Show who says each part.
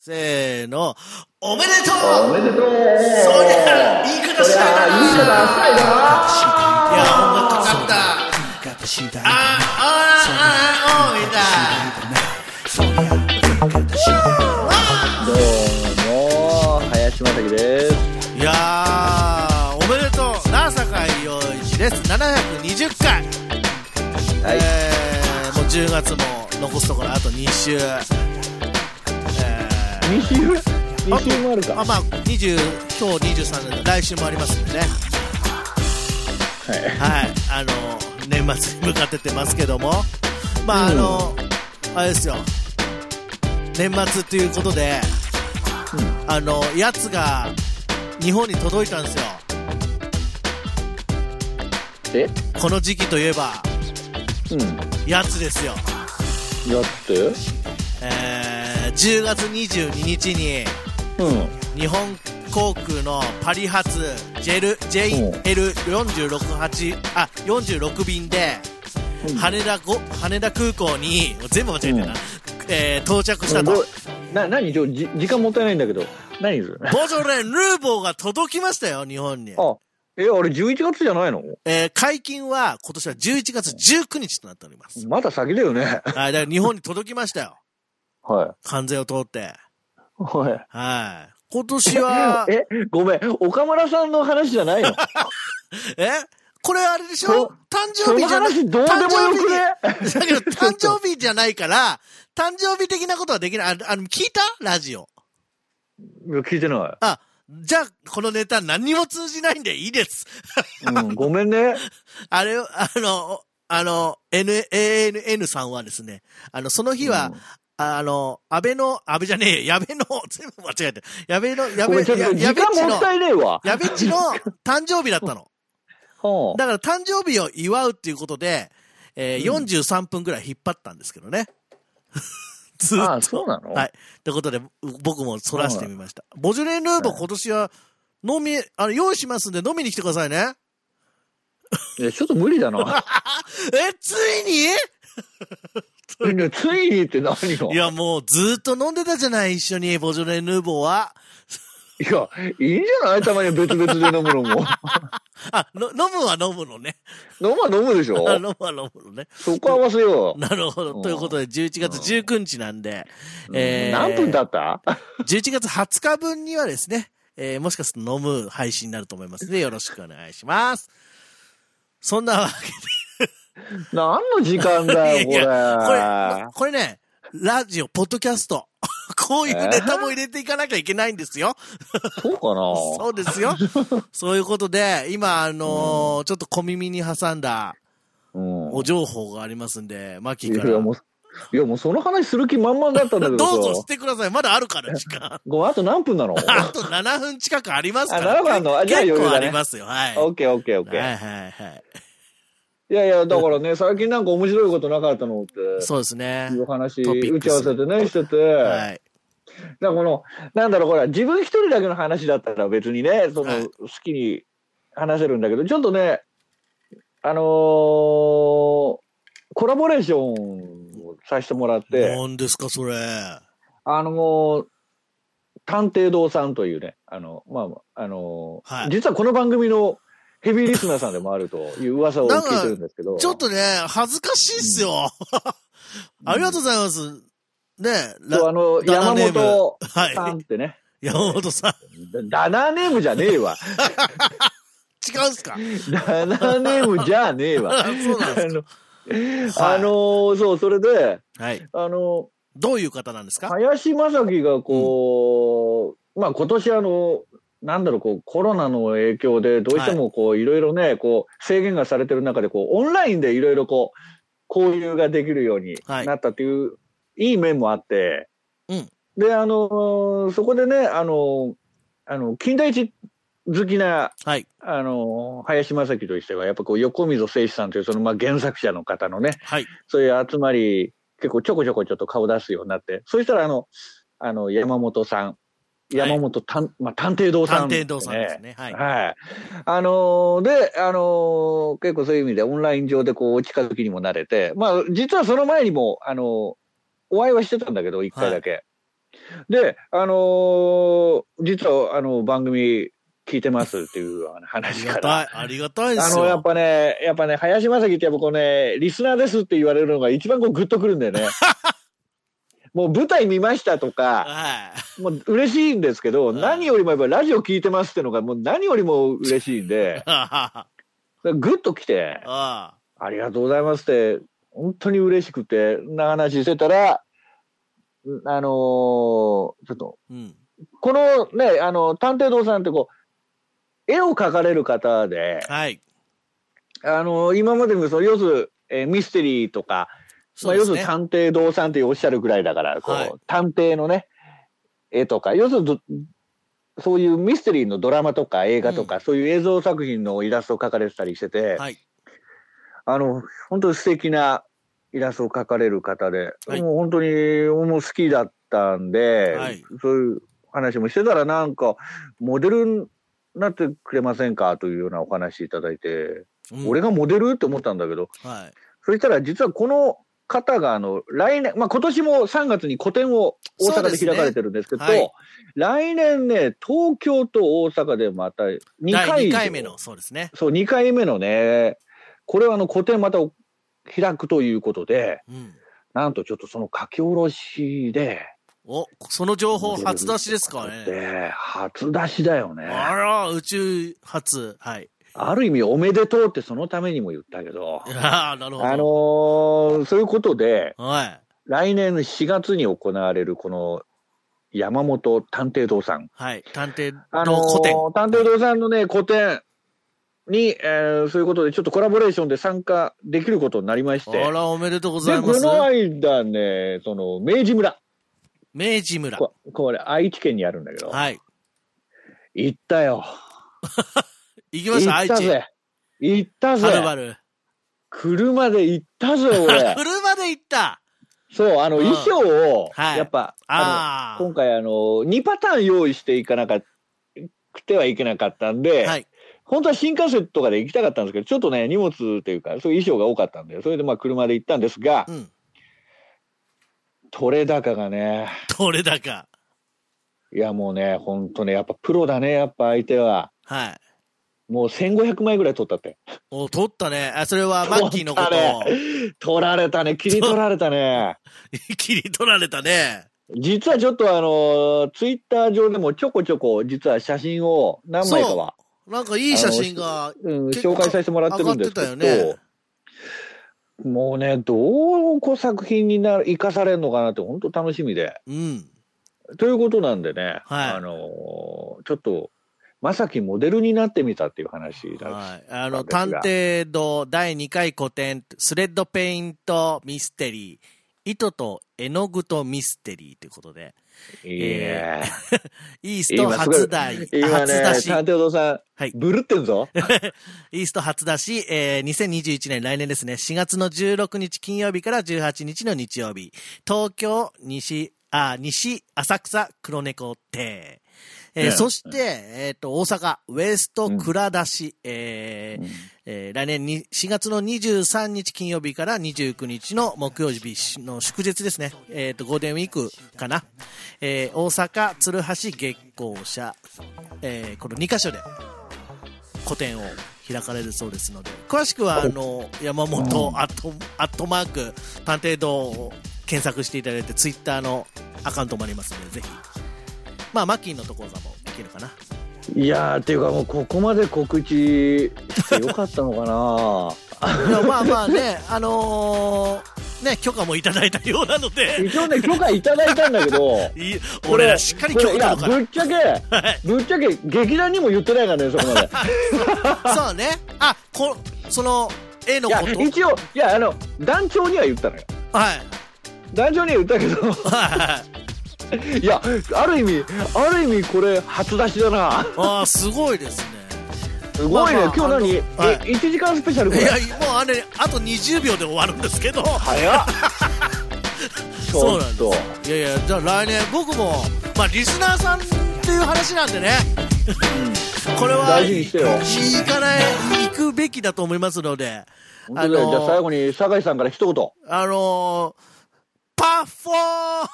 Speaker 1: せーの、おめでとう
Speaker 2: おめでと
Speaker 1: そ
Speaker 2: う
Speaker 1: りゃ、言い方しないだな
Speaker 2: 言い方したいな
Speaker 1: ーいや、音楽かかった。
Speaker 3: あ
Speaker 1: あー、あー、あー、あー、みた
Speaker 2: どうも林正樹です
Speaker 1: い。いやー、おめでとう。なあさかいよいちです。720回。
Speaker 2: はい
Speaker 1: えー、もう10月も残すところあと2週。えー
Speaker 2: 2週2週もあるか
Speaker 1: まあまあ、20、今日23年の来週もありますんでね。
Speaker 2: はい
Speaker 1: はい、あの年末に向かってってますけども、まああの、あれですよ、年末ということで、あのやつが日本に届いたんですよ、
Speaker 2: え
Speaker 1: この時期といえば、
Speaker 2: うん
Speaker 1: やつですよ、
Speaker 2: やって
Speaker 1: えー、10月22日に
Speaker 2: うん
Speaker 1: 日本航空のパリ発 JL- JL468 あ46便で、
Speaker 2: うん
Speaker 1: 羽田ご羽田空港に全部間違えてるな、
Speaker 2: うん
Speaker 1: えー到着したと
Speaker 2: どうな何ちょじ時間もったいないんだけど何する
Speaker 1: ボジョレ・ヌーボーが届きましたよ、日本に。
Speaker 2: あえあれ11月じゃないの
Speaker 1: えー解禁は今年は11月19日となっております。
Speaker 2: まだ先だよね
Speaker 1: はい、だから日本に届きましたよ。
Speaker 2: は
Speaker 1: 関税を通って。
Speaker 2: いはい
Speaker 1: はい。今年は
Speaker 2: 、えごめん岡村さんの話じゃないの
Speaker 1: えこれあれでし
Speaker 2: そ
Speaker 1: ょ 誕
Speaker 2: そ
Speaker 1: 生日
Speaker 2: の
Speaker 1: じゃない。
Speaker 2: 話どうでもよくね
Speaker 1: だけど、誕生日じゃないから、誕生日的なことはできない。ああの、聞いたラジオ。
Speaker 2: いや聞いてない
Speaker 1: あ、じゃあ、このネタ何にも通じないんでいいです。
Speaker 2: うん、ごめんね。
Speaker 1: あれ、あの、あの、N、ANN さんはですね、あの、その日は、あの、安倍の、安倍じゃねえよ、矢部の、全部間違えて、矢部の、矢
Speaker 2: ご
Speaker 1: 部、や
Speaker 2: めん、ちょっと時
Speaker 1: 矢部っち
Speaker 2: 間も
Speaker 1: の
Speaker 2: っ、たいねえわ。
Speaker 1: 矢部っちの誕生日だったの。
Speaker 2: はあ
Speaker 1: だから誕生日を祝うっていうことで、えー43分ぐらい引っ張ったんですけ どね。ずっ
Speaker 2: あ
Speaker 1: と。
Speaker 2: あ、そうなの
Speaker 1: はい。ということで、僕もそらしてみました。ボジュレ・ヌーボー今年は、飲み、あの、用意しますんで飲みに来てくださいね。
Speaker 2: いや、ちょっと無 理だな。
Speaker 1: え、ついに
Speaker 2: いやついにって何よ。
Speaker 1: い
Speaker 2: いや、
Speaker 1: や、もうずっと飲んでたじゃない、一緒に、ボジョレ・ヌーボーは。
Speaker 2: いいんじゃないたまには別々で飲む のも。
Speaker 1: あ、の飲むは飲むのね。
Speaker 2: 飲むは飲むでし
Speaker 1: あ
Speaker 2: ょ
Speaker 1: 飲むは飲むのね。
Speaker 2: そこ合わせよう。
Speaker 1: なるほ
Speaker 2: う
Speaker 1: ど。
Speaker 2: ん
Speaker 1: ということで、11月19日なんで、えー
Speaker 2: 何分経った
Speaker 1: 11月20日分にはですね、えーもしかすると飲む配信になると思いますので、よろしくお願いします。そんなわ
Speaker 2: 何の時間だよ、
Speaker 1: いやいこれ
Speaker 2: これ
Speaker 1: な。、これね、ラジオ、ポッドキャスト。 こういうネタも入れていかなきゃいけないんですよ。
Speaker 2: そうかな
Speaker 1: そうです よ。そういうことで、今、あのーちょっと小耳に挟んだ
Speaker 2: うん
Speaker 1: お情報がありますんで、マキ
Speaker 2: い
Speaker 1: ー
Speaker 2: や
Speaker 1: から。
Speaker 2: もう、いや、もうその話する気満々だったんだけどさ。
Speaker 1: どうぞしてください。まだあるから、時 間。
Speaker 2: ごめん、あと何分な の
Speaker 1: あと7分近くありますか
Speaker 2: あ
Speaker 1: ら。
Speaker 2: 7分あんのあじゃあ
Speaker 1: 結
Speaker 2: 余
Speaker 1: 構
Speaker 2: 裕
Speaker 1: あ
Speaker 2: だね
Speaker 1: りますよ。はい。
Speaker 2: オッケーオッケーオッ
Speaker 1: は
Speaker 2: ケー。
Speaker 1: いはいはい。
Speaker 2: いやいや、だからね、最近なんか面白いことなかったのって。
Speaker 1: そうですね
Speaker 2: い。う話、
Speaker 1: トピッ
Speaker 2: 打
Speaker 1: クス
Speaker 2: ち合わせでね、してて。
Speaker 1: は
Speaker 2: だか
Speaker 1: い。
Speaker 2: らこの、なんだろう、ほら、自分一人だけの話だったら別にね、そ
Speaker 1: はい
Speaker 2: の、好きに話せるんだけど、ちょっとね、あのーコラボレーションをさせてもらって、
Speaker 1: 何ですか、それ。
Speaker 2: あのー探偵堂さんというね、あの、まあまあ、あのー
Speaker 1: はい
Speaker 2: 実はこの番組のヘビーリスナーさんでもあるという噂を聞いてるんですけど、
Speaker 1: ちょっとね、恥ずかしいっすよ。 ありがとうございます。ね
Speaker 2: そう、あの、
Speaker 1: ラ
Speaker 2: 山
Speaker 1: ダネーム
Speaker 2: 本さ
Speaker 1: は
Speaker 2: んってね、
Speaker 1: い。山本さん、
Speaker 2: ダナーネームじゃねえわ。
Speaker 1: 違うんすか
Speaker 2: ラナネームじゃねえ
Speaker 1: あ
Speaker 2: わ。
Speaker 1: そうなん
Speaker 2: あ
Speaker 1: です
Speaker 2: の、
Speaker 1: か。
Speaker 2: あのーそう、それで、
Speaker 1: はい、はい。
Speaker 2: あの
Speaker 1: どういう方なんです
Speaker 2: ー
Speaker 1: か
Speaker 2: 林正樹がこう、まあ今年あの、なんだろう、こう、コロナの影響で、どうしてもこう、いろいろね、こう、制限がされてる中で、こう、オンラインでいろいろこう、交流ができるように
Speaker 1: はい
Speaker 2: なったっていう、い、い面もあって、
Speaker 1: うん
Speaker 2: で、あのーそこでね、あのーあの、金田一好きな
Speaker 1: はい。
Speaker 2: あの林正樹としてはやっぱこう横溝正史さんというそのまあ原作者の方のね
Speaker 1: はい。
Speaker 2: そういう集まり結構ちょこちょこちょっと顔出すようになってそしたらあのあの山本さん山本たん、まあ、探偵堂さ
Speaker 1: 探
Speaker 2: ん、
Speaker 1: 偵堂さんですね。はい。
Speaker 2: はい。あのーで、あのー結構そういう意味でオンライン上でこう、お近づきにもなれて、まあ、実はその前にも、あのーお会いはしてたんだけど、一回だけ。で、あのー実はあの番組聞いてますっていう
Speaker 1: あり
Speaker 2: 話
Speaker 1: が
Speaker 2: か
Speaker 1: た
Speaker 2: ら。
Speaker 1: い、ありがたいで
Speaker 2: あ
Speaker 1: す
Speaker 2: の、やっ
Speaker 1: よ。
Speaker 2: ぱね、やっぱね、林正樹ってやっぱこうね、リスナーですって言われるのが一番こうグッとくるん だよね。もう舞台見ましたとか、
Speaker 1: は
Speaker 2: もう嬉しいんですけど、
Speaker 1: ん
Speaker 2: 何よりもやっぱラジオ聞いてますってのがもう何よりも嬉しいんで
Speaker 1: い。、あ
Speaker 2: グッと来て、
Speaker 1: あ。
Speaker 2: ありがとうございますって、本当に嬉しくて、な話してたら、んあのーちょっと、
Speaker 1: うん。
Speaker 2: このね、あの、探偵堂さんってこう、絵を描かれる方で、
Speaker 1: はい。
Speaker 2: あの、今までもその、要する、えーミステリーとか、まあ、要するに探偵堂さんっておっしゃるぐらいだから、こう、
Speaker 1: はい
Speaker 2: 探偵のね、絵とか、要するにど、そういうミステリーのドラマとか映画とか、そういう映像作品のイラストを描かれてたりしてて、
Speaker 1: はい。
Speaker 2: あの、本当に素敵なイラストを描かれる方で、
Speaker 1: はい
Speaker 2: もう本当に、もう好きだったんで、
Speaker 1: はい
Speaker 2: そういう話もしてたら、なんか、モデルになってくれませんかというようなお話いただいて、
Speaker 1: うん
Speaker 2: 俺がモデルって思ったんだけど、
Speaker 1: はい。
Speaker 2: そしたら実はこの方が、あの、来年、まあ、今年も3月に個展を大阪で開かれてるんですけど、
Speaker 1: そうですね
Speaker 2: 来年ね、東京と大阪でまた2
Speaker 1: 第
Speaker 2: 回
Speaker 1: 二
Speaker 2: 以上
Speaker 1: 回目の、そうですね。
Speaker 2: そう、2回目のね、これはあの個展また開くということで、
Speaker 1: うん。
Speaker 2: なんとちょっとその書き下ろしで、
Speaker 1: お、その情報初出しですかね。
Speaker 2: で初出しだよね。
Speaker 1: あら、宇宙初。はい。
Speaker 2: ある意味おめでとうってそのためにも言ったけど、
Speaker 1: ああ、なるほど。
Speaker 2: あのーそういうことで、
Speaker 1: はい。
Speaker 2: 来年4月に行われるこの山本探偵堂さん。
Speaker 1: はい。探偵
Speaker 2: あの
Speaker 1: の古典。
Speaker 2: ー探偵堂さんのね、個展に、えーそういうことでちょっとコラボレーションで参加できることになりまして。
Speaker 1: あら、おめでとうござ
Speaker 2: で、
Speaker 1: いま
Speaker 2: こ
Speaker 1: す。
Speaker 2: の間ね、その、明治村。
Speaker 1: 明治村。
Speaker 2: ここれ、愛知県にあるんだけど。
Speaker 1: はい。
Speaker 2: 行ったよ。
Speaker 1: 行き
Speaker 2: 行
Speaker 1: ました、
Speaker 2: っ
Speaker 1: 愛
Speaker 2: た
Speaker 1: 知。は
Speaker 2: ぜ。行った
Speaker 1: るば
Speaker 2: ぜ。
Speaker 1: る。
Speaker 2: 車で行ったぜ、
Speaker 1: あ
Speaker 2: 俺。
Speaker 1: 車で行った。
Speaker 2: そう、あの、
Speaker 1: うん
Speaker 2: 衣装を、
Speaker 1: はい
Speaker 2: やっぱ、あ
Speaker 1: あ
Speaker 2: の、
Speaker 1: あ
Speaker 2: 今。回、あの、2パターン用意していかなかくてはいけなかったん
Speaker 1: は
Speaker 2: で、
Speaker 1: い。
Speaker 2: 本当は新幹線とかで行きたかったんですけど、ちょっとね、荷物というか、そういう衣装が多かったんで、それでまあ、車で行ったんですが
Speaker 1: う、ん。
Speaker 2: 取れ高がね、
Speaker 1: どれだか。
Speaker 2: いや、もうね、本当ね、やっぱプロだね、やっぱ相手は。
Speaker 1: はい。
Speaker 2: もう1500枚ぐらい取ったって。
Speaker 1: お、取ったね。あ、それはマッキーのこと を。
Speaker 2: 取られたね、切り取られたね。
Speaker 1: 切り取られたね。
Speaker 2: 実はちょっとあの、ツイッター上でもちょこちょこ、実は写真を何枚かは、
Speaker 1: なんかいい写真が
Speaker 2: うん、
Speaker 1: 結構
Speaker 2: 紹介させてもらってるんですけ
Speaker 1: 上がってたよ
Speaker 2: ど、もうね、どうこう作品になる、生かされるのかなって、本当楽しみで。
Speaker 1: うん。
Speaker 2: ということなんでね、
Speaker 1: はい
Speaker 2: あの、ちょっと、まさきモデルになってみたっていう話だ、
Speaker 1: はい。あの、
Speaker 2: なん
Speaker 1: 探
Speaker 2: です
Speaker 1: 偵
Speaker 2: が
Speaker 1: 堂第2回古典、スレッドペイントミステリー、糸と絵の具とミステリーということで、
Speaker 2: い。い ね。
Speaker 1: イースト
Speaker 2: 今すごい
Speaker 1: 初代、
Speaker 2: 今
Speaker 1: 初
Speaker 2: ね、
Speaker 1: 出し、
Speaker 2: 探偵堂さん、
Speaker 1: はい
Speaker 2: ブルってんぞ。
Speaker 1: イースト初出し、えー、2021年来年ですね、4月の16日金曜日から18日の日曜日、東京西、あ、西浅草黒猫亭。えー
Speaker 2: うん
Speaker 1: そして、えっ、と、大阪、ウエスト蔵出し、えーえー来年に4月の23日金曜日から29日の木曜日の祝日ですね、えー、とゴールデンウィークかな、えー大阪鶴橋月光社、えーこの2カ所で個展を開かれるそうですので詳しくはあの山本アットアットマーク探偵堂を検索していただいてツイッターのアカウントもありますのでぜひまあマッキーのところがもういけるかない
Speaker 2: やーっていうかもうここまで告知してよかったのか な
Speaker 1: いやまあまあね、あのーね、許可もいただいたようなので、
Speaker 2: 一応ね許可いただいたんだけど
Speaker 1: い
Speaker 2: これ
Speaker 1: 俺らしっかり
Speaker 2: こ
Speaker 1: 許
Speaker 2: れ
Speaker 1: 可
Speaker 2: いや
Speaker 1: のか
Speaker 2: ぶっちゃけぶっちゃけ劇団にも言ってないからねそこ まで
Speaker 1: ら、そうね、あこその絵の
Speaker 2: い
Speaker 1: こ
Speaker 2: や
Speaker 1: と、
Speaker 2: 一応いやあの団長には言ったのよ
Speaker 1: はい、
Speaker 2: 団長には言った けど
Speaker 1: はい、
Speaker 2: いやある意味ある意味これ初出しだな
Speaker 1: あーすごいです
Speaker 2: すごいね、
Speaker 1: まあまあ
Speaker 2: 今日何、え
Speaker 1: あのは
Speaker 2: 1時間スペシャルこ
Speaker 1: ね、い
Speaker 2: れ
Speaker 1: や、もうあれ、あと20秒で終わるんですけど、
Speaker 2: 早っち
Speaker 1: そ
Speaker 2: ょ
Speaker 1: うなん
Speaker 2: っ
Speaker 1: で
Speaker 2: と
Speaker 1: す、いやいや、じゃあ来年、僕も、まあ、リスナーさんっていう話なんでね、これは、
Speaker 2: 大事にしてよ
Speaker 1: 聞かない、行くべきだと思いますので、
Speaker 2: 本当だよ
Speaker 1: あのー
Speaker 2: じゃあ最後に酒井さんから一言
Speaker 1: あのー、パフォー